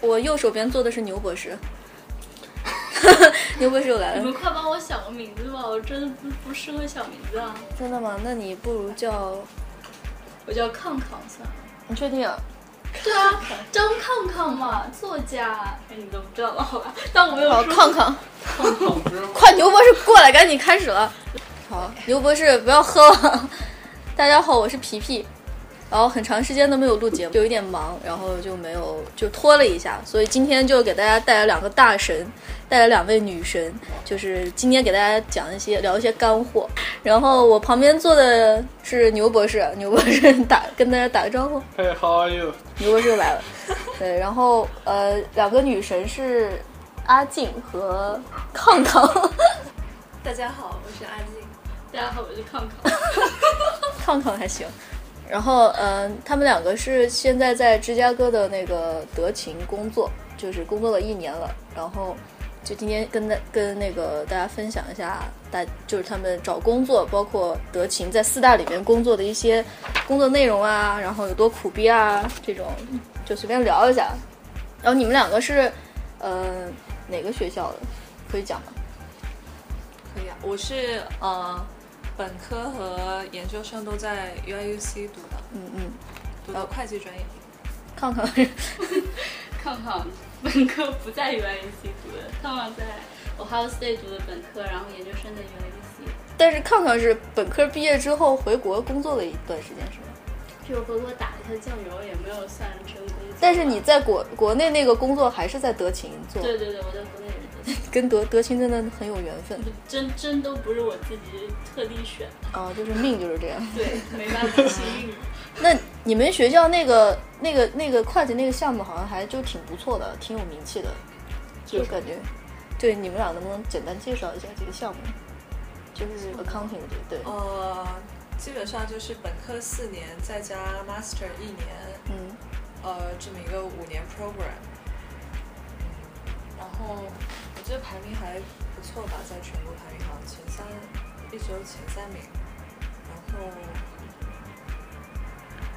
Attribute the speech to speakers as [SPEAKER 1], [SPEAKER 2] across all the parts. [SPEAKER 1] 我右手边坐的是牛博士， 牛博士又来
[SPEAKER 2] 你
[SPEAKER 1] 了
[SPEAKER 2] 们。快帮我想个名字吧，我真的不不适合想名字啊。
[SPEAKER 1] 真的吗？那你不如叫
[SPEAKER 2] 我叫康康算了。
[SPEAKER 1] 你确定、啊？
[SPEAKER 2] 对啊，张康康嘛，作家。哎，你都不知道了，好吧？但我没有
[SPEAKER 1] 好，
[SPEAKER 2] 说。
[SPEAKER 1] 康康，
[SPEAKER 3] 胖胖不是
[SPEAKER 1] 快，牛博士过来，赶紧开始了。好，牛博士不要喝了。 大家好，我是皮皮。然后很长时间都没有录节目，有一点忙，然后就没有就拖了一下，所以今天就给大家带来两个大神，带来两位女神，就是今天给大家讲一些聊一些干货。然后我旁边坐的是牛博士，牛博士打跟大家打个招呼，
[SPEAKER 3] 嘿，How are you？
[SPEAKER 1] 牛博士又来了。对，然后呃，两个女神是阿静和康康。
[SPEAKER 4] 大家好，我是阿静。
[SPEAKER 2] 大家好，我是康康。
[SPEAKER 1] 康康还行。然后，嗯、他们两个是现在在芝加哥的那个德勤工作，就是工作了一年了。然后，就今天跟大跟那个大家分享一下，大就是他们找工作，包括德勤在四大里面工作的一些工作内容啊，然后有多苦逼啊，这种就随便聊一下。然后你们两个是，呃，哪个学校的？可以讲吗？
[SPEAKER 4] 可以啊，我是呃，本科和研究生都在 UIUC 读的，
[SPEAKER 1] 嗯嗯，
[SPEAKER 4] 读的会计专业。
[SPEAKER 1] 康康
[SPEAKER 2] 康康本科不在 UIC 读的，康康在 Ohio State 读的本科，然后研究生的 UIC。
[SPEAKER 1] 但是康康是本科毕业之后回国工作了一段时间，是吗？
[SPEAKER 2] 就回国打了一下酱油，也没有算成功。
[SPEAKER 1] 但是你在国国内那个工作还是在德勤做，
[SPEAKER 2] 对对对，我在国内人
[SPEAKER 1] 跟德德勤真的很有缘分
[SPEAKER 2] 真真都不是我自己特地选的，
[SPEAKER 1] 啊，就是命就是这样。
[SPEAKER 2] 对，没办法幸运。
[SPEAKER 1] 那你们学校那个那个那个会计那个项目好像还就挺不错的，挺有名气的，就感觉。对，你们俩能不能简单介绍一下这个项目？就是 accounting 的，哦对，
[SPEAKER 4] 呃，基本上就是本科四年，再加 master 一年，
[SPEAKER 1] 嗯，
[SPEAKER 4] 呃，这么一个五年 program。然嗯后我觉得排名还不错吧，在全国排名好像前三，一直有前三名。然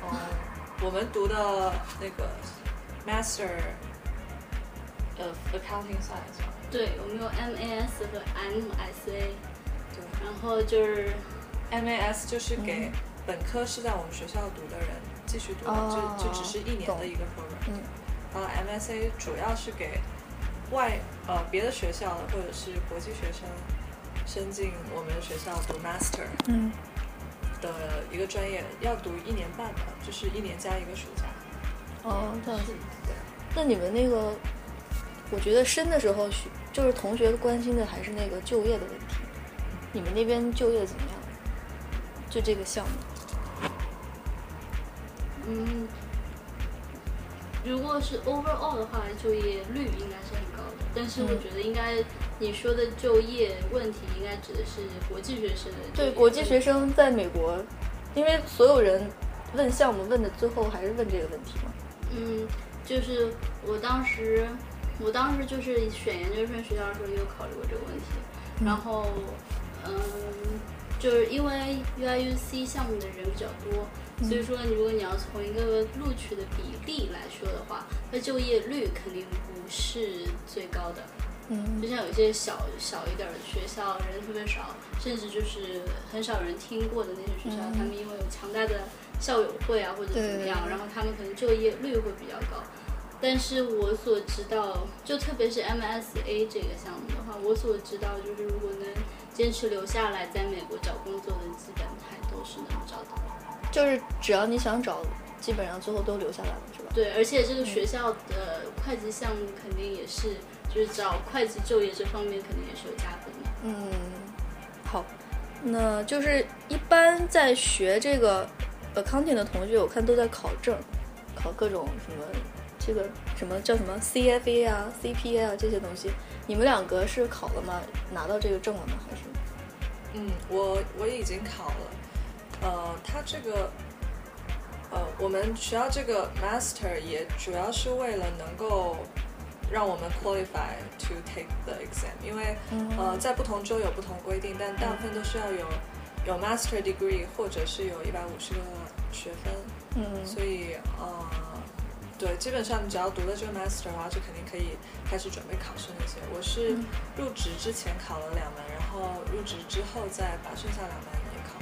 [SPEAKER 4] 后，呃，我们读的那个 Master of Accounting Science 吧
[SPEAKER 2] 对，我们有 MAS 和 MSA，
[SPEAKER 4] 对
[SPEAKER 2] 然后就是
[SPEAKER 4] ，MAS 就是给本科是在我们学校读的人继续读的，
[SPEAKER 1] 哦
[SPEAKER 4] 就就只是一年的一个 program。
[SPEAKER 1] 懂嗯。
[SPEAKER 4] 然后 MSA 主要是给外呃别的学校的或者是国际学生申进我们学校读 Master
[SPEAKER 1] 嗯，
[SPEAKER 4] 的一个专业，要读一年半吧，就是一年加一个暑假。
[SPEAKER 1] 哦，这样子。
[SPEAKER 4] 对。
[SPEAKER 1] 那你们那个，我觉得深的时候学，就是同学关心的还是那个就业的问题。你们那边就业怎么样？就这个项目，
[SPEAKER 2] 嗯，如果是 overall 的话，就业率应该是很高的。但是我
[SPEAKER 1] 嗯
[SPEAKER 2] 觉得应该你说的就业问题，应该指的是国际学生的就业问题。
[SPEAKER 1] 对国际学生在美国，因为所有人问项目问的最后还是问这个问题嘛。
[SPEAKER 2] 嗯，就是我当时，我当时就是选研究生学校的时候也有考虑过这个问题，然后，嗯，就是因为 UIUC 项目的人比较多，
[SPEAKER 1] 嗯
[SPEAKER 2] 所以说你如果你要从一个录取的比例来说的话，那就业率肯定不是最高的。
[SPEAKER 1] 嗯
[SPEAKER 2] 就像有一些小小一点儿的学校，人特别少，甚至就是很少人听过的那些学校，
[SPEAKER 1] 嗯
[SPEAKER 2] 他们因为有强大的校友会啊或者怎么样，
[SPEAKER 1] 对
[SPEAKER 2] 然后他们可能就业率会比较高。但是我所知道，就特别是 MSA 这个项目的话，我所知道就是如果能坚持留下来，在美国找工作的，基本还都是能找到。
[SPEAKER 1] 就是只要你想找，基本上最后都留下来了，是吧？
[SPEAKER 2] 对，而且这个学校的会计项目肯定也是，就是找会计就业这方面肯定也是有加分的。
[SPEAKER 1] 嗯，好，那就是一般在学这个 accounting 的同学，我看都在考证，考各种什么这个什么叫什么 CFA 啊、CPA 啊这些东西。你们两个是考了吗？拿到这个证了吗？还是？
[SPEAKER 4] 嗯，我我已经考了，呃，它这个，呃，我们学校这个 master 也主要是为了能够让我们 qualify to take the exam，因为呃，在不同州有不同规定，但大部分都是要有有 master degree 或者是有一百五十个学分，
[SPEAKER 1] 嗯
[SPEAKER 4] 所以呃，对，基本上你只要读了这个 master 的话，就肯定可以开始准备考试那些。我是
[SPEAKER 1] 嗯
[SPEAKER 4] 入职之前考了两门，然后入职之后再把剩下两门也考。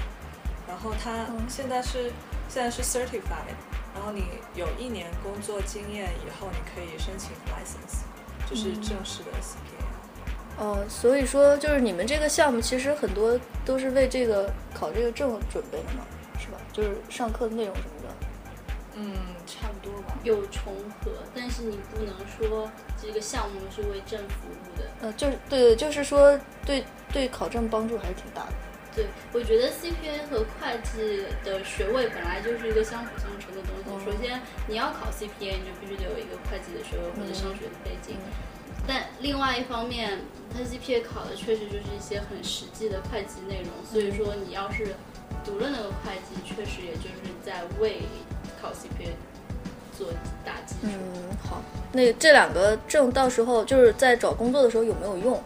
[SPEAKER 4] 然后它
[SPEAKER 1] 嗯
[SPEAKER 4] 现在是、现在是 certified，然后你有一年工作经验以后，你可以申请 license，就是
[SPEAKER 1] 嗯
[SPEAKER 4] 正式的 CPA。
[SPEAKER 1] 呃，所以说就是你们这个项目其实很多都是为这个考这个证准备的嘛，是吧？就是上课的内容什么的。
[SPEAKER 4] 嗯，差不多吧。
[SPEAKER 2] 有重合，但是你不能说这个项目是为政服务的。
[SPEAKER 1] 呃，就是对对，就是说对对考证帮助还是挺大的。
[SPEAKER 2] 对，我觉得 CPA 和会计的学位本来就是一个相辅相成的东
[SPEAKER 1] 嗯
[SPEAKER 2] 西。首先，你要考 CPA，你就必须得有一个会计的学位或者商学的背景。但另外一方面，它 CPA 考的确实就是一些很实际的会计内容，所以说你要是读了那个会计，确实也就是在为考 CPA 做打基础。
[SPEAKER 1] 嗯，好，那这两个证到时候就是在找工作的时候有没有用？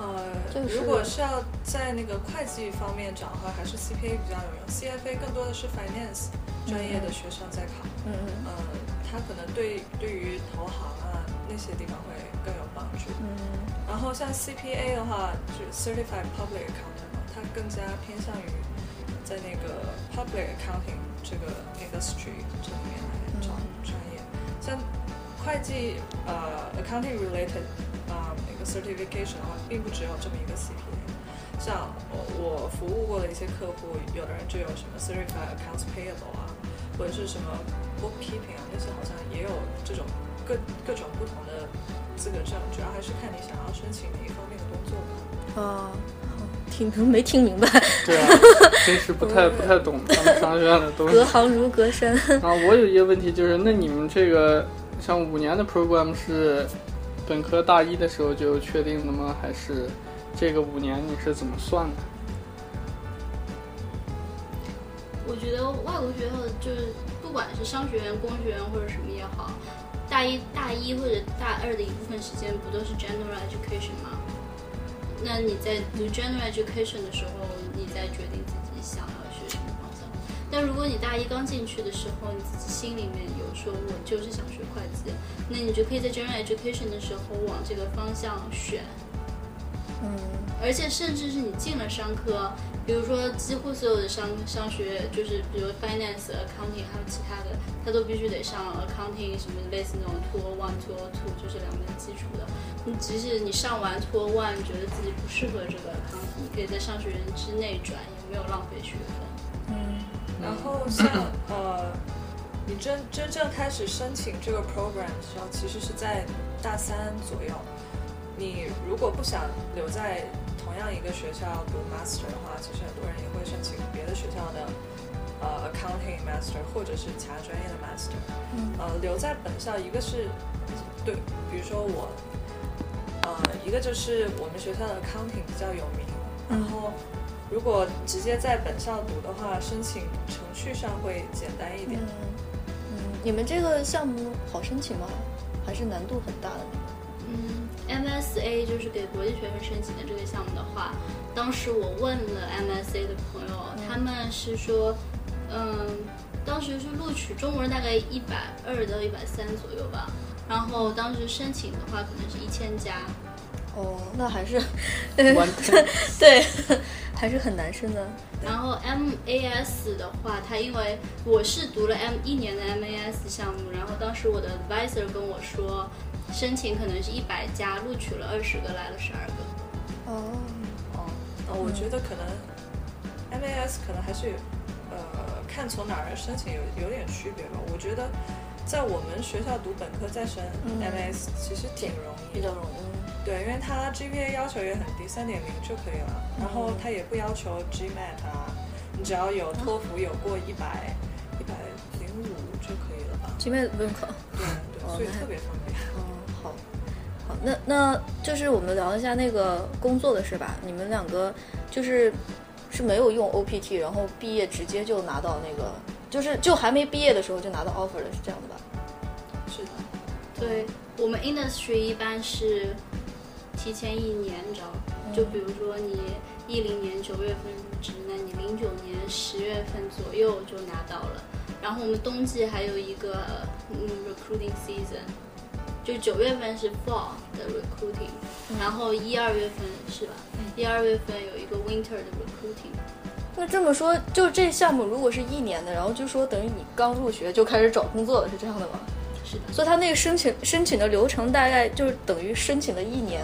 [SPEAKER 4] 呃，
[SPEAKER 1] 嗯就是
[SPEAKER 4] 如果是要在那个会计方面找的话，还是 CPA 比较有用。CFA 更多的是 finance 专业的学生在考，
[SPEAKER 1] 嗯嗯
[SPEAKER 4] 呃，他可能对对于投行啊那些地方会更有帮助。
[SPEAKER 1] 嗯
[SPEAKER 4] 然后像 CPA 的话，就是 Certified Public Accountant 嘛，它更加偏向于在那个 Public Accounting 这个 industry 这里面来找专业。像会计呃 accounting related 啊、那个 certification 的话，并不只有这么一个 CPA。像我我服务过的一些客户，有的人就有什么 Certified Accounts Payable 啊，或者是什么 bookkeeping 啊，那些好像也有这种各各种不同的资格证，主要还是看你想要申请哪一方面的工作吧。
[SPEAKER 1] 啊，听没听明白？
[SPEAKER 3] 对 啊，真是不太不太懂他们商学院的东
[SPEAKER 1] 嗯
[SPEAKER 3] 西
[SPEAKER 1] 隔。行如隔山。
[SPEAKER 3] 然后我有一个问题就是，那你们这个像五年的 program 是本科大一的时候就确定的吗？还是这个五年你是怎么算的？
[SPEAKER 2] 我觉得外国学校就是不管是商学院、工学院或者什么也好，大一大一或者大二的一部分时间不都是 general education 吗？那你在读 general education 的时候，你再决定自己想要学什么方向。但如果你大一刚进去的时候，你自己心里面有说我就是想学会计，那你就可以在 general education 的时候往这个方向选。
[SPEAKER 1] 嗯
[SPEAKER 2] 而且甚至是你进了商科，比如说几乎所有的商商学，就是比如 finance、accounting 还有其他的，它都必须得上 accounting 什么类似那种 two o one、two o two，就是两门基础的。你即使你上完 two o one，觉得自己不适合这个 accounting，你可以在商学院之内转，也没有浪费学分。
[SPEAKER 1] 嗯
[SPEAKER 4] 然后像呃，你真真正开始申请这个 program 的时候，其实是在大三左右。你如果不想留在同样一个学校读 master 的话，其实很多人也会申请别的学校的呃 accounting master 或者是其他专业的 master。
[SPEAKER 1] 嗯
[SPEAKER 4] 呃，留在本校，一个是对，比如说我，呃，一个就是我们学校的 accounting 比较有名，然
[SPEAKER 1] 嗯
[SPEAKER 4] 后如果直接在本校读的话，申请程序上会简单一
[SPEAKER 1] 嗯
[SPEAKER 4] 点。
[SPEAKER 1] 嗯，你们这个项目好申请吗？还是难度很大的那种？
[SPEAKER 2] 嗯，MSA 就是给国际学生申请的这个项目的话，当时我问了 MSA 的朋友，他们是说，嗯，当时是录取中国人大概一百二到一百三左右吧，然后当时申请的话可能是一千加，
[SPEAKER 1] 哦，那还是
[SPEAKER 3] 完蛋
[SPEAKER 1] 对，还是很难申的。
[SPEAKER 2] 然后 MAS 的话，它因为我是读了 M 一年的 MAS 项目，然后当时我的 advisor 跟我说，申请可能是一百加，录取了二十个，来了十二个。
[SPEAKER 1] 哦，
[SPEAKER 4] 哦，那我觉得可能 MAS 可能还是有呃看从哪儿申请有有点区别吧。我觉得在我们学校读本科再申
[SPEAKER 1] 嗯
[SPEAKER 4] MAS 其实挺容易的，
[SPEAKER 1] 容易。
[SPEAKER 4] 对，因为它 GPA 要求也很低，三点零就可以了。然后它也不要求 GMAT 啊，你只要有托福有过一百一百零五就可以了吧？
[SPEAKER 1] 前面不用考。
[SPEAKER 4] 对对，所以特别方便。
[SPEAKER 1] 哦，好，好，那那就是我们聊一下那个工作的事吧。你们两个就是是没有用 OPT，然后毕业直接就拿到那个，就是就还没毕业的时候就拿到 offer 了，是这样的吧？
[SPEAKER 4] 是的，
[SPEAKER 2] 对我们 industry 一般是提前一年招，就比如说你一零年九月份入职，那你零九年十月份左右就拿到了。然后我们冬季还有一个嗯 recruiting season，就九月份是 fall 的 recruiting，、然后一二月份是吧？一二月份有一个 winter 的 recruiting，
[SPEAKER 1] 那这么说，就这项目如果是一年的，然后就说等于你刚入学就开始找工作了，是这样的吗？
[SPEAKER 2] 是的。
[SPEAKER 1] 所以他那个申请申请的流程大概就是等于申请了一年，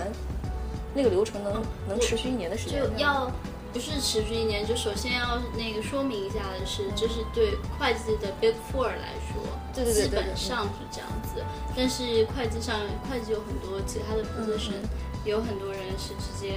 [SPEAKER 1] 那个流程能能持续一年的时间
[SPEAKER 2] 嗯就。要不是持续一年，就首先要那个说明一下的是，这是对会计的 Big Four 来说，
[SPEAKER 1] 对对对对
[SPEAKER 2] 基本上是这样子。但是会计上，会计有很多其他的
[SPEAKER 1] 嗯
[SPEAKER 2] position，、有很多人是直接，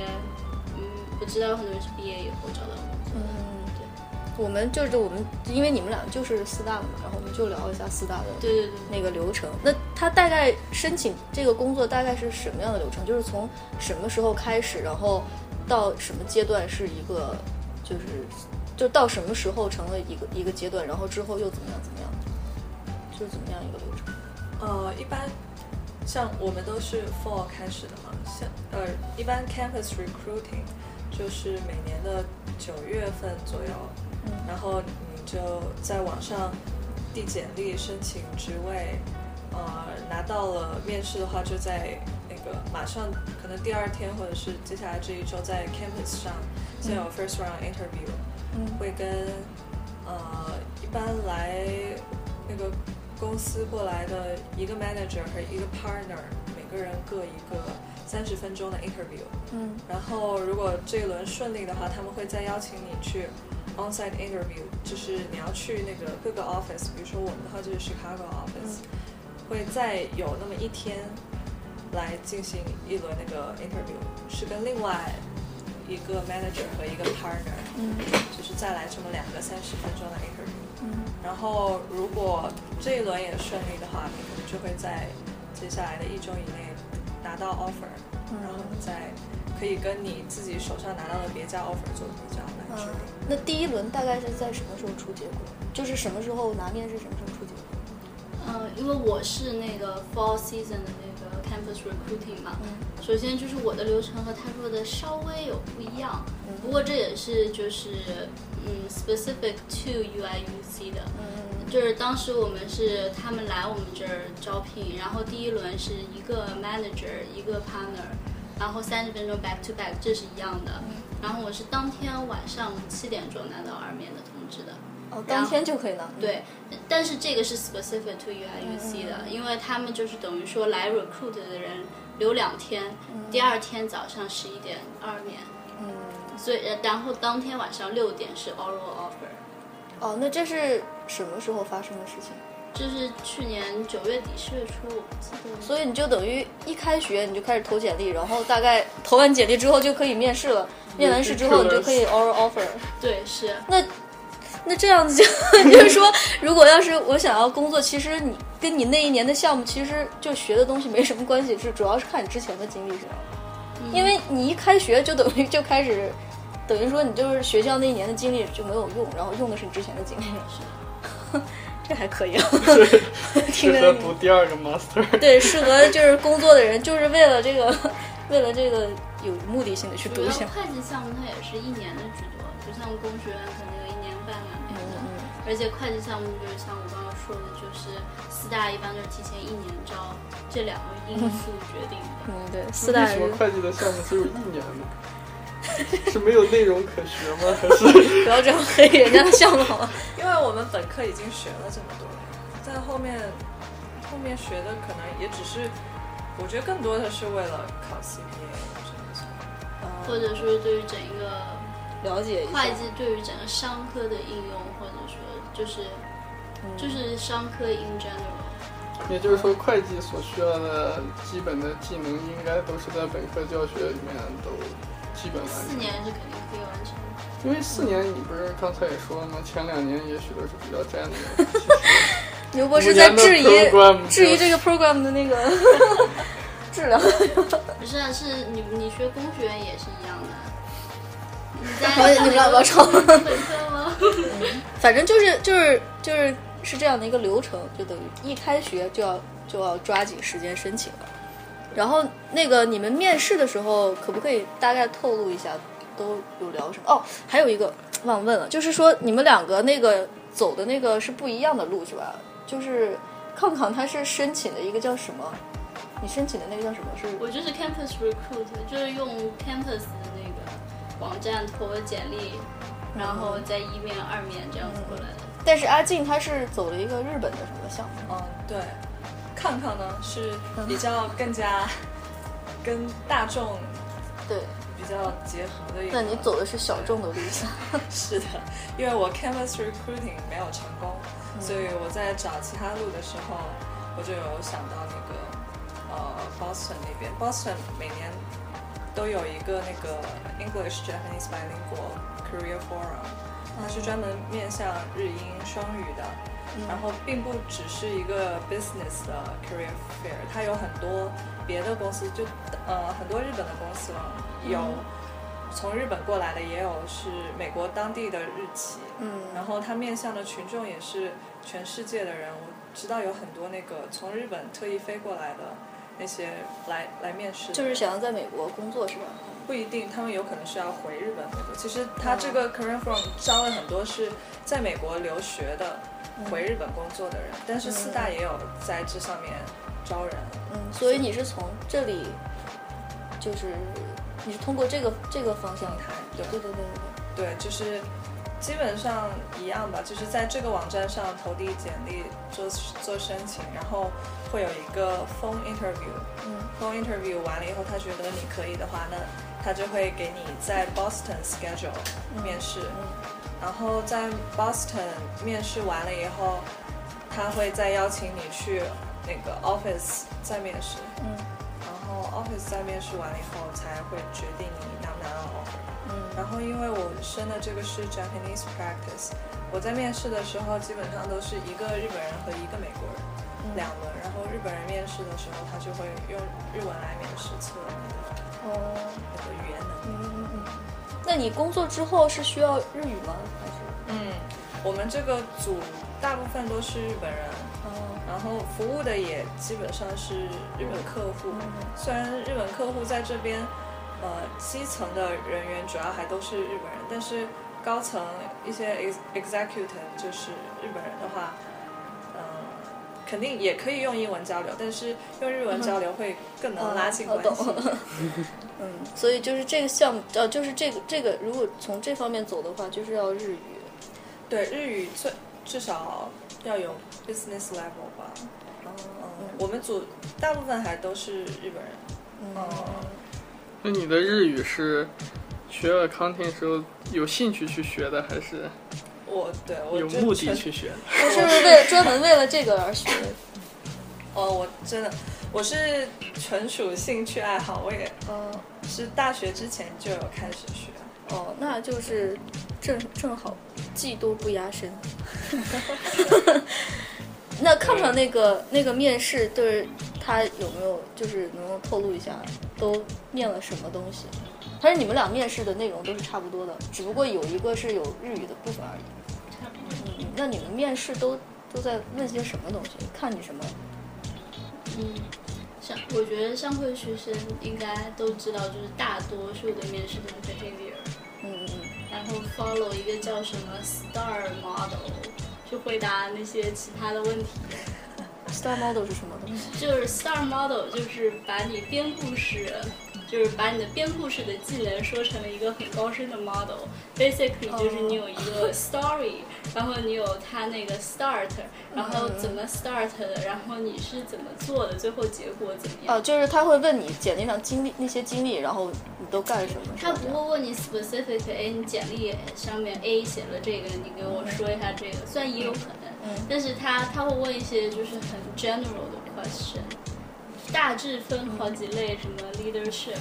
[SPEAKER 2] 嗯，我知道有很多人是毕业以后找到工作的。
[SPEAKER 1] 嗯，对，我们就是我们，因为你们俩就是四大的嘛，然后我们就聊一下四大的
[SPEAKER 2] 对对对对，
[SPEAKER 1] 那个流程。那他大概申请这个工作大概是什么样的流程？就是从什么时候开始，然后到什么阶段是一个，就是就到什么时候成了一个一个阶段，然后之后又怎么样怎么样，就是怎么样一个流程？
[SPEAKER 4] 呃，一般像我们都是 fall 开始的嘛，像呃，一般 campus recruiting 就是每年的九月份左右，
[SPEAKER 1] 嗯
[SPEAKER 4] 然后你就在网上递简历申请职位，呃，拿到了面试的话，就在那个马上可能第二天或者是接下来这一周在 campus 上先有 first round interview，、
[SPEAKER 1] 嗯
[SPEAKER 4] 会跟呃一般来那个公司过来的一个 manager 和一个 partner，每个人各一个三十分钟的 interview。
[SPEAKER 1] 嗯
[SPEAKER 4] 然后如果这一轮顺利的话，他们会再邀请你去 onsite interview，就是你要去那个各个 office，比如说我们的话就是 Chicago office，、会再有那么一天来进行一轮那个 interview，是跟另外一个 manager 和一个 partner，
[SPEAKER 1] 嗯
[SPEAKER 4] 就是再来这么两个三十分钟的 interview。
[SPEAKER 1] 嗯
[SPEAKER 4] 然后如果这一轮也顺利的话，你可能就会在接下来的一周以内拿到 offer，、
[SPEAKER 1] 嗯
[SPEAKER 4] 然后你再可以跟你自己手上拿到的别家 offer 做比较来决
[SPEAKER 1] 啊
[SPEAKER 4] 定。，
[SPEAKER 1] 那第一轮大概是在什么时候出结果？就是什么时候拿面试，什么时候出结果？
[SPEAKER 2] 嗯，因为我是那个 fall season 的那个 campus recruiting 嘛，
[SPEAKER 1] 嗯
[SPEAKER 2] 首先就是我的流程和他说的稍微有不一样，
[SPEAKER 1] 嗯
[SPEAKER 2] 不过这也是就是嗯 specific to UIUC 的，
[SPEAKER 1] 嗯
[SPEAKER 2] 就是当时我们是他们来我们这儿招聘，然后第一轮是一个 manager 一个 partner，然后三十分钟 back to back 这是一样的，然后我是当天晚上七点钟拿到二面的通知的，
[SPEAKER 1] 哦，当天就可以拿。
[SPEAKER 2] 对，但是这个是 specific to UIUC 的，因为他们就是等于说来 recruit 的人留两天，第二天早上十一点二面，
[SPEAKER 1] 嗯，
[SPEAKER 2] 所以呃然后当天晚上六点是 oral offer，
[SPEAKER 1] 哦，那这是什么时候发生的事情？
[SPEAKER 2] 这是去年九月底十月初，我不记得了。
[SPEAKER 1] 所以你就等于一开学你就开始投简历，然后大概投完简历之后就可以面试了，面完试之后你就可以 oral offer。
[SPEAKER 2] 对，是
[SPEAKER 1] 那那这样子就 你就是说，如果要是我想要工作，其实你跟你那一年的项目其实就学的东西没什么关系，是主要是看你之前的经历是吧？因为你一开学就等于就开始，等于说你就是学校那一年的经历就没有用，然后用的是你之前的经历， 这还可以啊， 听
[SPEAKER 3] 适
[SPEAKER 1] 着
[SPEAKER 3] 合
[SPEAKER 1] 你
[SPEAKER 3] 读第二个 master。
[SPEAKER 1] 对，适合就是工作的人，就是为了这个，为了这个有目的性的去
[SPEAKER 2] 主
[SPEAKER 1] 读
[SPEAKER 2] 要
[SPEAKER 1] 一下。
[SPEAKER 2] 会计项目它也是一年的居多，不像工学院可能有一年半两
[SPEAKER 1] 嗯
[SPEAKER 2] 年的。
[SPEAKER 1] 嗯
[SPEAKER 2] 而且会计项目就是像我刚刚说的，就是四大一般都是提前一年招，这两个因素决定的。
[SPEAKER 1] 嗯，对，四 大
[SPEAKER 3] 为什么
[SPEAKER 1] 人
[SPEAKER 3] 会计的项目只有一年呢？是没有内容可学吗？还是
[SPEAKER 1] 不要这样黑人家的项目好吗？
[SPEAKER 4] 因为我们本科已经学了这么多了，在后面后面学的可能也只是，我觉得更多的是为了考 CPA 我觉得是。
[SPEAKER 2] 或者说对于整一个
[SPEAKER 1] 了解一下
[SPEAKER 2] 会。计对于整个商科的应用，或者说就是就是商科 in general，
[SPEAKER 3] 也就是说，会计所需要的基本的技能，应该都是在本科教学里面都基本完
[SPEAKER 2] 四
[SPEAKER 3] 成。
[SPEAKER 2] 年是肯定可以完成的。
[SPEAKER 3] 因为四年，你不是刚才也说了吗？前两年也许都是比较占的。
[SPEAKER 1] 牛博士在质疑
[SPEAKER 3] 五年的 program
[SPEAKER 1] 质疑这个 program 的那 个质量。
[SPEAKER 2] 不是、啊，是你你学工学院也是一样的。你
[SPEAKER 1] 我
[SPEAKER 2] 在
[SPEAKER 1] 你们俩不要吵
[SPEAKER 2] 本科吗？
[SPEAKER 1] 反正就是就是就是是这样的一个流程，就等于一开学就要就要抓紧时间申请了。然后那个你们面试的时候，可不可以大概透露一下都有聊什么？哦，还有一个，忘问了，就是说你们两个那个走的那个是不一样的路是吧？就是康康他是申请的一个叫什么？你申请的那个叫什么？是
[SPEAKER 2] 我就是 campus recruit，就是用 campus 的那个网站投我简历，然后再一面、二面这样子过来的。
[SPEAKER 1] 但是阿静她是走了一个日本的什么项目？
[SPEAKER 4] 嗯，对。康康呢是比较更加跟大众
[SPEAKER 1] 对，
[SPEAKER 4] 比较结合的一个。
[SPEAKER 1] 那你走的是小众的路线。
[SPEAKER 4] 是的，因为我 Canvas Recruiting 没有成功，
[SPEAKER 1] 嗯
[SPEAKER 4] 所以我在找其他路的时候，我就有想到那个呃 Boston 那边，Boston 每年都有一个那个 English Japanese Bilingual Career Forum，它是专门面向日英双语的。
[SPEAKER 1] 嗯
[SPEAKER 4] 然后并不只是一个 business 的 career fair，它有很多别的公司，就呃很多日本的公司了，有
[SPEAKER 1] 嗯
[SPEAKER 4] 从日本过来的，也有是美国当地的日企，
[SPEAKER 1] 嗯
[SPEAKER 4] 然后它面向的群众也是全世界的人。我知道有很多那个从日本特意飞过来的那些来来面试的，
[SPEAKER 1] 就是想要在美国工作是吧？
[SPEAKER 4] 不一定，他们有可能是要回日本、美国。其实他这个 Career Forum 招了很多是在美国留学的、回日本工作的人，但是四大也有在这上面招人。
[SPEAKER 1] 嗯，所以你是从这里，就是你是通过这个这个方向
[SPEAKER 4] 台
[SPEAKER 1] 对
[SPEAKER 4] 对
[SPEAKER 1] 对对对对，
[SPEAKER 4] 对，就是基本上一样吧，就是在这个网站上投递简历、做做申请，然后会有一个 phone interview。
[SPEAKER 1] 嗯
[SPEAKER 4] phone interview 完了以后，他觉得你可以的话，那他就会给你在 Boston schedule 面试。
[SPEAKER 1] 嗯
[SPEAKER 4] 然后在 Boston 面试完了以后，他会再邀请你去那个 office 再面试，
[SPEAKER 1] 嗯
[SPEAKER 4] 然后 office 再面试完了以后才会决定你拿不拿到 offer。
[SPEAKER 1] 嗯
[SPEAKER 4] 然后因为我申的这个是 Japanese practice，我在面试的时候基本上都是一个日本人和一个美国人。
[SPEAKER 1] 嗯
[SPEAKER 4] 两轮，然后日本人面试的时候，他就会用日文来面试测你的
[SPEAKER 1] 哦
[SPEAKER 4] 那个语言能力。
[SPEAKER 1] 嗯嗯嗯，那你工作之后是需要日语吗？还是
[SPEAKER 4] 嗯，我们这个组大部分都是日本人，
[SPEAKER 1] 哦
[SPEAKER 4] 然后服务的也基本上是日本客户。
[SPEAKER 1] 嗯
[SPEAKER 4] 虽然日本客户在这边，呃，基层的人员主要还都是日本人，但是高层一些 ex executive 就是日本人的话，呃，肯定也可以用英文交流，但是用日文交流会更能拉近
[SPEAKER 1] 嗯
[SPEAKER 4] 关
[SPEAKER 1] 我
[SPEAKER 4] 系。
[SPEAKER 1] 懂嗯，所以就是这个项目，呃，就是这个这个，如果从这方面走的话，就是要日语。
[SPEAKER 4] 对日语最至少要有 business level 吧。嗯，我们组大部分还都是日本人。
[SPEAKER 1] 嗯
[SPEAKER 4] 哦
[SPEAKER 3] 那你的日语是学 accounting 时候有兴趣去学的，还是
[SPEAKER 4] 我对我
[SPEAKER 3] 有
[SPEAKER 4] 就
[SPEAKER 3] 目的
[SPEAKER 4] 纯
[SPEAKER 3] 去学的？
[SPEAKER 1] 我是为了专门为了这个而学。
[SPEAKER 4] 哦，我真的我是纯属兴趣爱好，我也
[SPEAKER 1] 哦
[SPEAKER 4] 是大学之前就有开始学。
[SPEAKER 1] 哦，那就是正正好，技多不压身。 那看看那个那个面试，就是他有没有就是能不能透露一下，都面了什么东西？还是你们俩面试的内容都是差不多的，只不过有一个是有日语的部分而已。
[SPEAKER 2] 差不多。
[SPEAKER 1] 嗯，那你们面试都都在问些什么东西？看你什么？
[SPEAKER 2] 嗯，像我觉得上会学生应该都知道，就是大多数的面试都是 behavior，
[SPEAKER 1] 嗯嗯
[SPEAKER 2] 然后 follow 一个叫什么 STAR model 去回答那些其他的问题。
[SPEAKER 1] ，star model 是什么东西？
[SPEAKER 2] 就是 STAR model 就是把你编故事，就是把你的编故事的技能说成了一个很高深的 model。Basically 就是你有一个 story，、然 后你有它那个 start，然后怎么 start 的，然后你是怎么做的，最后结果怎么样。
[SPEAKER 1] 哦、就是他会问你简历上经历那些经历，然后你都干什么？是
[SPEAKER 2] 他
[SPEAKER 1] 吧
[SPEAKER 2] 不会问你 specific，哎，你简历上面 A 写了这个，你给我说一下这个，虽然也有可能，但是他他会问一些就是很 general 的 question，大致分好几类，什么 leadership、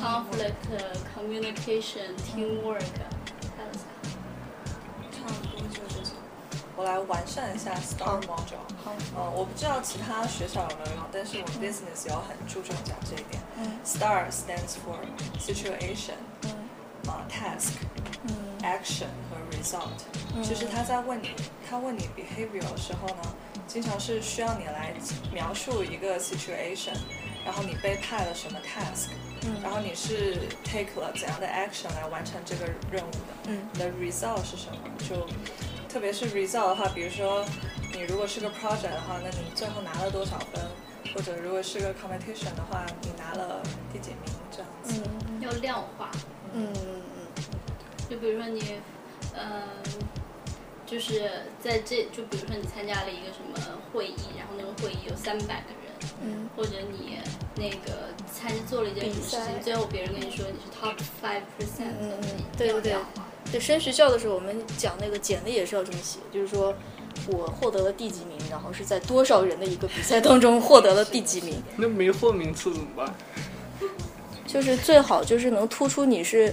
[SPEAKER 2] conflict、communication、teamwork，还有啥？
[SPEAKER 4] 差不多就这种。我来完善一下 STAR module。
[SPEAKER 1] 好
[SPEAKER 4] 呃，我不知道其他学校有没有用，但是我们 business 有很注重讲这一点。
[SPEAKER 1] 嗯
[SPEAKER 4] STAR stands for situation，
[SPEAKER 1] 嗯
[SPEAKER 4] 啊、task、
[SPEAKER 1] 嗯
[SPEAKER 4] action 和 result，、就是他在问你，他问你 behavior 的时候呢，经常是需要你来描述一个 situation，然后你被派了什么 task，
[SPEAKER 1] 嗯
[SPEAKER 4] 然后你是 take 了怎样的 action 来完成这个任务的？
[SPEAKER 1] 嗯
[SPEAKER 4] 你的 result 是什么？就特别是 result 的话，比如说你如果是个 project 的话，那你最后拿了多少分？或者如果是个 competition 的话，你拿了第几名这样子？
[SPEAKER 1] 嗯
[SPEAKER 2] 要量化。
[SPEAKER 1] 嗯嗯
[SPEAKER 2] 就比如说你，嗯、就是在这，就比如说你参加了一个什么会议，然后那个会议有三百个人，
[SPEAKER 1] 嗯
[SPEAKER 2] 或者你那个参做了一件什么事
[SPEAKER 1] 比赛
[SPEAKER 2] 情，最后别人跟你说你是 top five percent，
[SPEAKER 1] 嗯嗯对对对
[SPEAKER 2] 量化
[SPEAKER 1] 对，升学校的时候，我们讲那个简历也是要这么写，就是说我获得了第几名，然后是在多少人的一个比赛当中获得了第几名，
[SPEAKER 3] 那没获名次怎么办？
[SPEAKER 1] 就是最好就是能突出你是，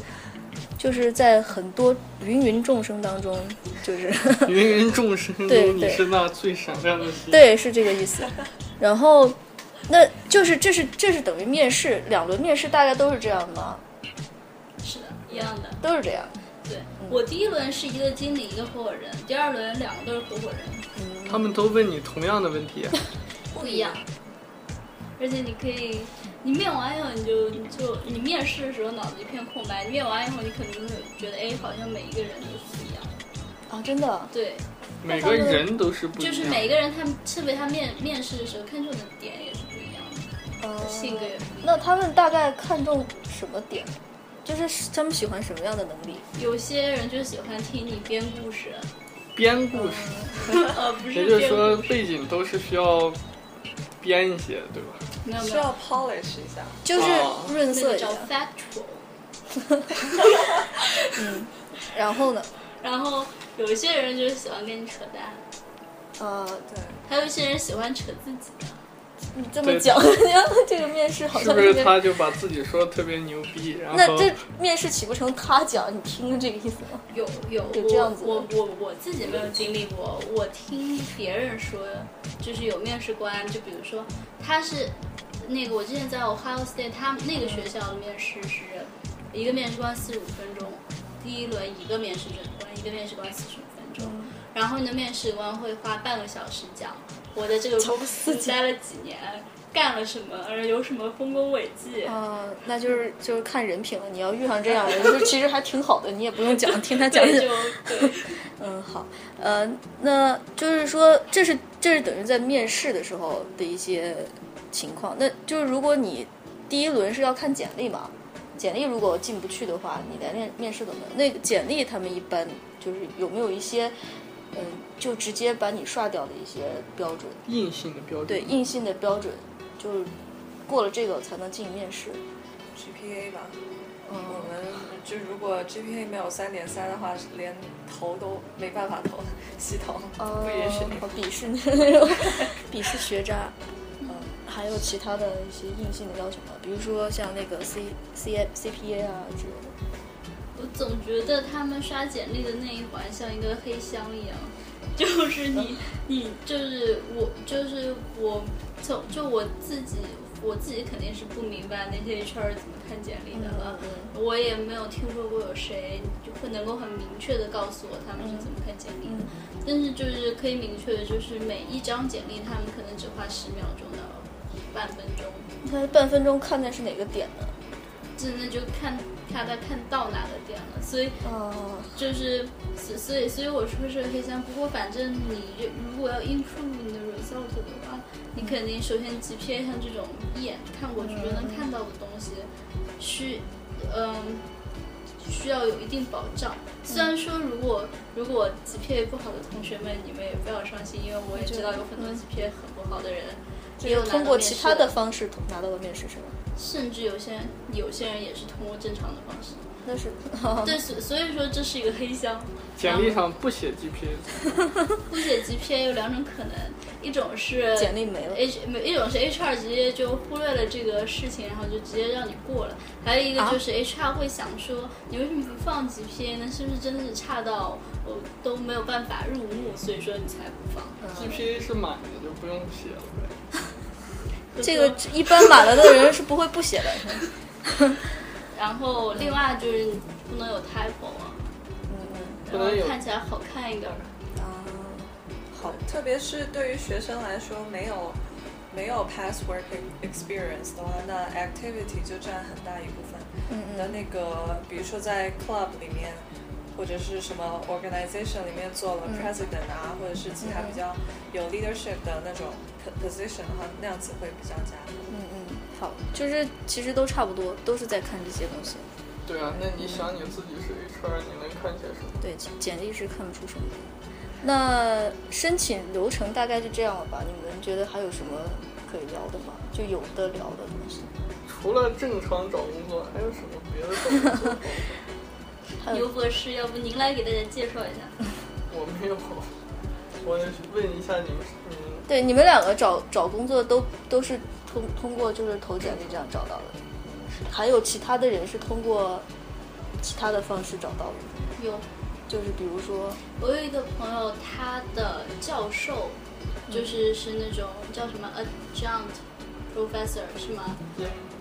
[SPEAKER 1] 就是在很多云云众生当中，就是
[SPEAKER 3] 芸芸众生
[SPEAKER 1] 对
[SPEAKER 3] 中，你
[SPEAKER 1] 对
[SPEAKER 3] 是那最闪亮的星。，
[SPEAKER 1] 对，是这个意思。然后，那就是这是这是等于面试，两轮面试大家都是这样的嘛，
[SPEAKER 2] 是的，一样的。
[SPEAKER 1] 都是这样。
[SPEAKER 2] 对、
[SPEAKER 1] 嗯
[SPEAKER 2] 我第一轮是一个经理，一个合伙人，第二轮两个都是合伙人，
[SPEAKER 3] 他们都问你同样的问 题啊，
[SPEAKER 2] 不一样。而且你可以，你面完以后你就你就你面试的时候脑子一片空白，你面完以后你可能就会觉得，哎，好像每一个人都是不一样。的。
[SPEAKER 1] 啊，真的，
[SPEAKER 2] 对，
[SPEAKER 3] 每个人都是不一
[SPEAKER 2] 就
[SPEAKER 3] 样。
[SPEAKER 2] 是每一个人他特别他面面试的时候看重的点也是不一样的，
[SPEAKER 1] 呃，
[SPEAKER 2] 性格也不一样。
[SPEAKER 1] 那他们大概看重什么点？就是他们喜欢什么样的能力？
[SPEAKER 2] 有些人就喜欢听你编 故事，
[SPEAKER 3] 编故事，
[SPEAKER 1] 嗯
[SPEAKER 2] 呃，不
[SPEAKER 3] 也
[SPEAKER 2] 是
[SPEAKER 3] 就是
[SPEAKER 2] 编
[SPEAKER 3] 说
[SPEAKER 2] 故事，
[SPEAKER 3] 背景都是需要编一些，对吧？
[SPEAKER 2] 没有没
[SPEAKER 4] 需
[SPEAKER 2] 有
[SPEAKER 4] 要，polish 一下。
[SPEAKER 1] 就是
[SPEAKER 3] 哦
[SPEAKER 1] 润
[SPEAKER 2] 那
[SPEAKER 1] 色
[SPEAKER 2] 个
[SPEAKER 1] 一下
[SPEAKER 2] 叫。factual。
[SPEAKER 1] 然后呢？
[SPEAKER 2] 然后有一些人就是喜欢跟你扯淡，
[SPEAKER 1] 呃，
[SPEAKER 4] 对，
[SPEAKER 2] 还有一些人喜欢扯自己的。
[SPEAKER 1] 你这么
[SPEAKER 3] 对
[SPEAKER 1] 讲， 这个面试好
[SPEAKER 3] 是
[SPEAKER 1] 像
[SPEAKER 3] 不
[SPEAKER 1] 特
[SPEAKER 3] 是
[SPEAKER 1] 别……
[SPEAKER 3] 他就把自己说的特别牛逼，然
[SPEAKER 1] 那
[SPEAKER 3] 后
[SPEAKER 1] 这面试岂不成他讲？你听这个意思 吗？
[SPEAKER 2] 有有，
[SPEAKER 1] 有
[SPEAKER 2] 我
[SPEAKER 1] 这样子的
[SPEAKER 2] 我我我自己没有经历过，我听别人说，就是有面试官，就比如说他是那个我之前在 Ohio State，他们那个学校的面试是一个面试官四十五分钟，第一轮一个面试官，一个面试官四十五分钟，
[SPEAKER 1] 嗯
[SPEAKER 2] 然后呢，面试官会花半个小时讲我在这个公司待了几年，干了什么，而有什么丰功伟绩。
[SPEAKER 1] 啊，那就是就是看人品了。你要遇上这样的人，就其实还挺好的，你也不用讲，听他讲
[SPEAKER 2] 对，
[SPEAKER 1] 讲
[SPEAKER 2] 就。对，
[SPEAKER 1] 嗯，好，呃，那就是说，这是这是等于在面试的时候的一些情况。那就是如果你第一轮是要看简历嘛，简历如果进不去的话，你连面面试都没有。那个简历他们一般就是有没有一些，嗯、就直接把你刷掉的一些标准，
[SPEAKER 3] 硬性的标准。
[SPEAKER 1] 对硬性的标准，就是过了这个才能进面试。
[SPEAKER 4] GPA 吧，我
[SPEAKER 1] 嗯，
[SPEAKER 4] 们就如果 GPA 没有三点三的话，连投都没办法投，系统不允许你。
[SPEAKER 1] 哦鄙视你那种鄙视学渣。呃
[SPEAKER 4] 嗯，
[SPEAKER 1] 还有其他的一些硬性的要求吗？比如说像那个 C C A C P A 啊之类的。
[SPEAKER 2] 我总觉得他们刷简历的那一环像一个黑箱一样，就是你，你就是我，就是我，就就我自己，我自己肯定是不明白那些 HR 怎么看简历的了。我也没有听说过有谁就会能够很明确的告诉我他们是怎么看简历的，但是就是可以明确的，就是每一张简历他们可能只花十秒钟到半分钟，
[SPEAKER 1] 他半分钟看的是哪个点呢？
[SPEAKER 2] 真的就看看他看到哪个点了，所以。
[SPEAKER 1] 哦，
[SPEAKER 2] 就是，所所以所以我说是黑箱。不过反正你如果要 improve 你的 result 的话，你肯定首先 GPA 像这种一眼看过去就能看到的东西，需，嗯、需要有一定保障。虽然说如果如果 GPA 不好的同学们，你们也不要伤心，因为我也知道有很多
[SPEAKER 1] 嗯
[SPEAKER 2] GPA 很不好的人，也
[SPEAKER 1] 也
[SPEAKER 2] 有
[SPEAKER 1] 有
[SPEAKER 2] 拿到
[SPEAKER 1] 通过
[SPEAKER 2] 面
[SPEAKER 1] 其
[SPEAKER 2] 试
[SPEAKER 1] 他的，方式拿到了面试是吗？
[SPEAKER 2] 甚至有些人有些人也是通过正常的方式。
[SPEAKER 1] 那是，
[SPEAKER 2] 对，所所以说这是一个黑箱。
[SPEAKER 3] 简历上不写 GPA，
[SPEAKER 2] 不写 GPA 有两种可能，一种是
[SPEAKER 1] 简历没了
[SPEAKER 2] H 没一种是 HR 直接就忽略了这个事情，然后就直接让你过了；还有一个
[SPEAKER 1] 啊
[SPEAKER 2] 就是 HR 会想说，你为什么不放 GPA 呢？是不是真的是差到我都没有办法入目，所以说你才不放？
[SPEAKER 3] GPA 是满的就不用写了呗。
[SPEAKER 1] 这个一般满了的人是不会不写的。
[SPEAKER 2] 然后另外就是你不能有 typo 啊，
[SPEAKER 1] 嗯嗯
[SPEAKER 3] 不
[SPEAKER 2] 然
[SPEAKER 3] 能有
[SPEAKER 2] 后看起来好看一点儿。
[SPEAKER 1] 啊，
[SPEAKER 4] 好，特别是对于学生来说，没有没有 past work experience 的话，那 activity 就占很大一部分。
[SPEAKER 1] 嗯
[SPEAKER 4] 你的
[SPEAKER 1] 嗯
[SPEAKER 4] 那个，比如说在 club 里面，或者是什么 organization 里面做了
[SPEAKER 1] 嗯
[SPEAKER 4] president 啊，或者是其他
[SPEAKER 1] 嗯嗯
[SPEAKER 4] 比较有 leadership 的那种 po- position 的话，那样子会比较加分。
[SPEAKER 1] 嗯嗯，好，就是其实都差不多，都是在看这些东西。
[SPEAKER 3] 对啊，那你想你自己是 HR，你能看些什么？
[SPEAKER 1] 对，简简历是看不出什么的。那申请流程大概就这样了吧？你们觉得还有什么可以聊的吗？就有的聊的东西，
[SPEAKER 3] 除了正常找工作，还有什么别的找工作？
[SPEAKER 1] 还
[SPEAKER 2] 牛
[SPEAKER 1] 有
[SPEAKER 2] 博士，要不您来给大家介绍一下？
[SPEAKER 3] 我没有，我问一下你们，嗯，
[SPEAKER 1] 对你们两个找找工作都都是通通过就是投简历这样找到的，还有其他的人是通过其他的方式找到的，
[SPEAKER 2] 有，
[SPEAKER 1] 就是比如说，
[SPEAKER 2] 我有一个朋友，他的教授
[SPEAKER 1] 嗯
[SPEAKER 2] 就是是那种叫什么 adjunct professor 是吗？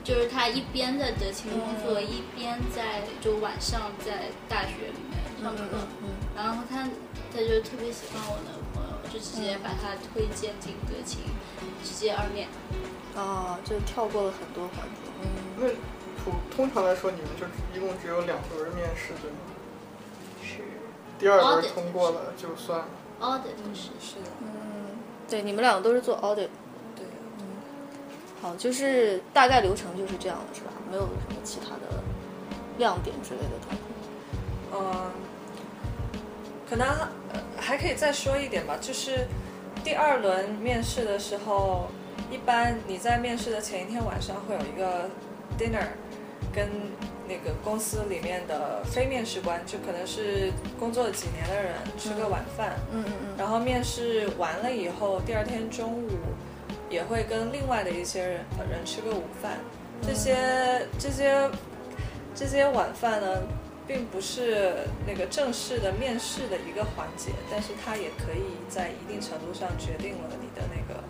[SPEAKER 2] 就是他一边在德勤工作，
[SPEAKER 1] 嗯
[SPEAKER 2] 一边在就晚上在大学里面上课。
[SPEAKER 1] 嗯
[SPEAKER 2] 然后他他就特别喜欢我的朋友，就直接
[SPEAKER 1] 嗯
[SPEAKER 2] 把他推荐进德勤，直接二面。
[SPEAKER 1] 啊，就跳过了很多环节，嗯，
[SPEAKER 3] 那普通常来说，你们就一共只有两轮面试，对吗？
[SPEAKER 2] 是
[SPEAKER 3] 第二轮通过了就算了。
[SPEAKER 2] audit 是
[SPEAKER 4] 是的，
[SPEAKER 1] 嗯，对，你们两个都是做 audit，
[SPEAKER 4] 对啊的。
[SPEAKER 1] 好，就是大概流程就是这样的，是吧？没有什么其他的亮点之类的东西。
[SPEAKER 4] 嗯，可能呃还可以再说一点吧，就是第二轮面试的时候，一般你在面试的前一天晚上会有一个 dinner，跟那个公司里面的非面试官，就可能是工作几年的人吃个晚饭，
[SPEAKER 1] 嗯嗯
[SPEAKER 4] 然后面试完了以后，第二天中午也会跟另外的一些人呃人吃个午饭。这些这些这些晚饭呢，并不是那个正式的面试的一个环节，但是它也可以在一定程度上决定了你的那个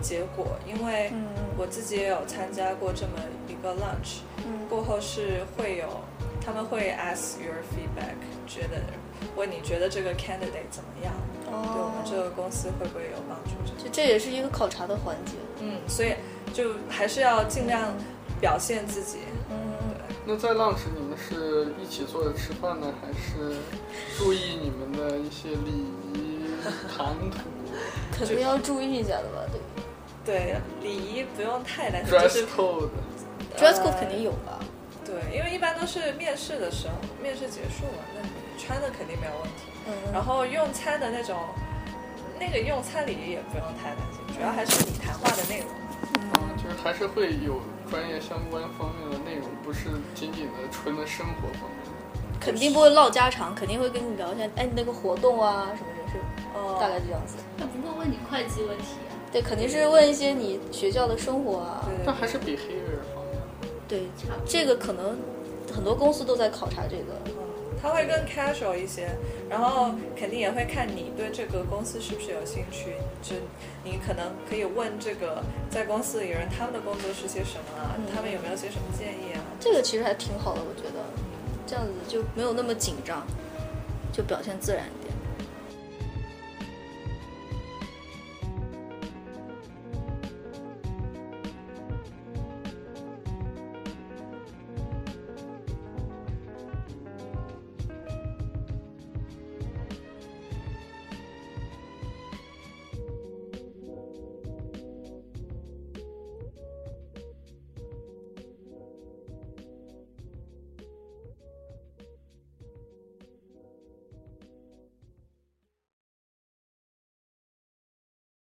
[SPEAKER 4] 结果。因为
[SPEAKER 1] 嗯
[SPEAKER 4] 我自己也有参加过这么一个 lunch，
[SPEAKER 1] 嗯
[SPEAKER 4] 过后是会有，他们会 ask your feedback，觉得问你觉得这个 candidate 怎么样，对我们这
[SPEAKER 1] 哦，
[SPEAKER 4] 个公司会不会有帮助这样？
[SPEAKER 1] 就这也是一个考察的环节。
[SPEAKER 4] 嗯，所以就还是要尽量表现自己。
[SPEAKER 1] 嗯，
[SPEAKER 3] 那在浪时，你们是一起坐着吃饭呢，还是注意你们的一些礼仪谈吐、
[SPEAKER 1] 肯定要注意一下的吧？对
[SPEAKER 4] 对，礼仪不用太 担心，就
[SPEAKER 3] dress
[SPEAKER 4] 是
[SPEAKER 3] code？
[SPEAKER 1] ，dress code 肯定有吧？
[SPEAKER 4] 对，因为一般都是面试的时候，面试结束嘛，那你穿的肯定没有问题。
[SPEAKER 1] 嗯，
[SPEAKER 4] 然后用餐的那种，那个用餐礼仪也不用太担心，主要还是你谈话的内容。
[SPEAKER 3] 嗯，就是还是会有专业相关方面的内容，不是仅仅的纯的生活方面。
[SPEAKER 1] 肯定不会唠家常，肯定会跟你聊一下，哎，你那个活动啊什么人事，
[SPEAKER 4] 哦、
[SPEAKER 1] 大概这样子。
[SPEAKER 2] 他哎不会问你会计问题、啊，
[SPEAKER 1] 对，肯定是问一些你学校的生活啊。
[SPEAKER 4] 对对
[SPEAKER 3] 但
[SPEAKER 4] 对
[SPEAKER 3] 还是比 h e r 方面。
[SPEAKER 1] 对，这个可能很多公司都在考察这个。
[SPEAKER 4] 他会更 casual 一些，然后肯定也会看你对这个公司是不是有兴趣，就你可能可以问这个在公司里人他们的工作是些什么啊，他们有没有些什么建议啊？
[SPEAKER 1] 这个其实还挺好的，我觉得，这样子就没有那么紧张，就表现自然一点。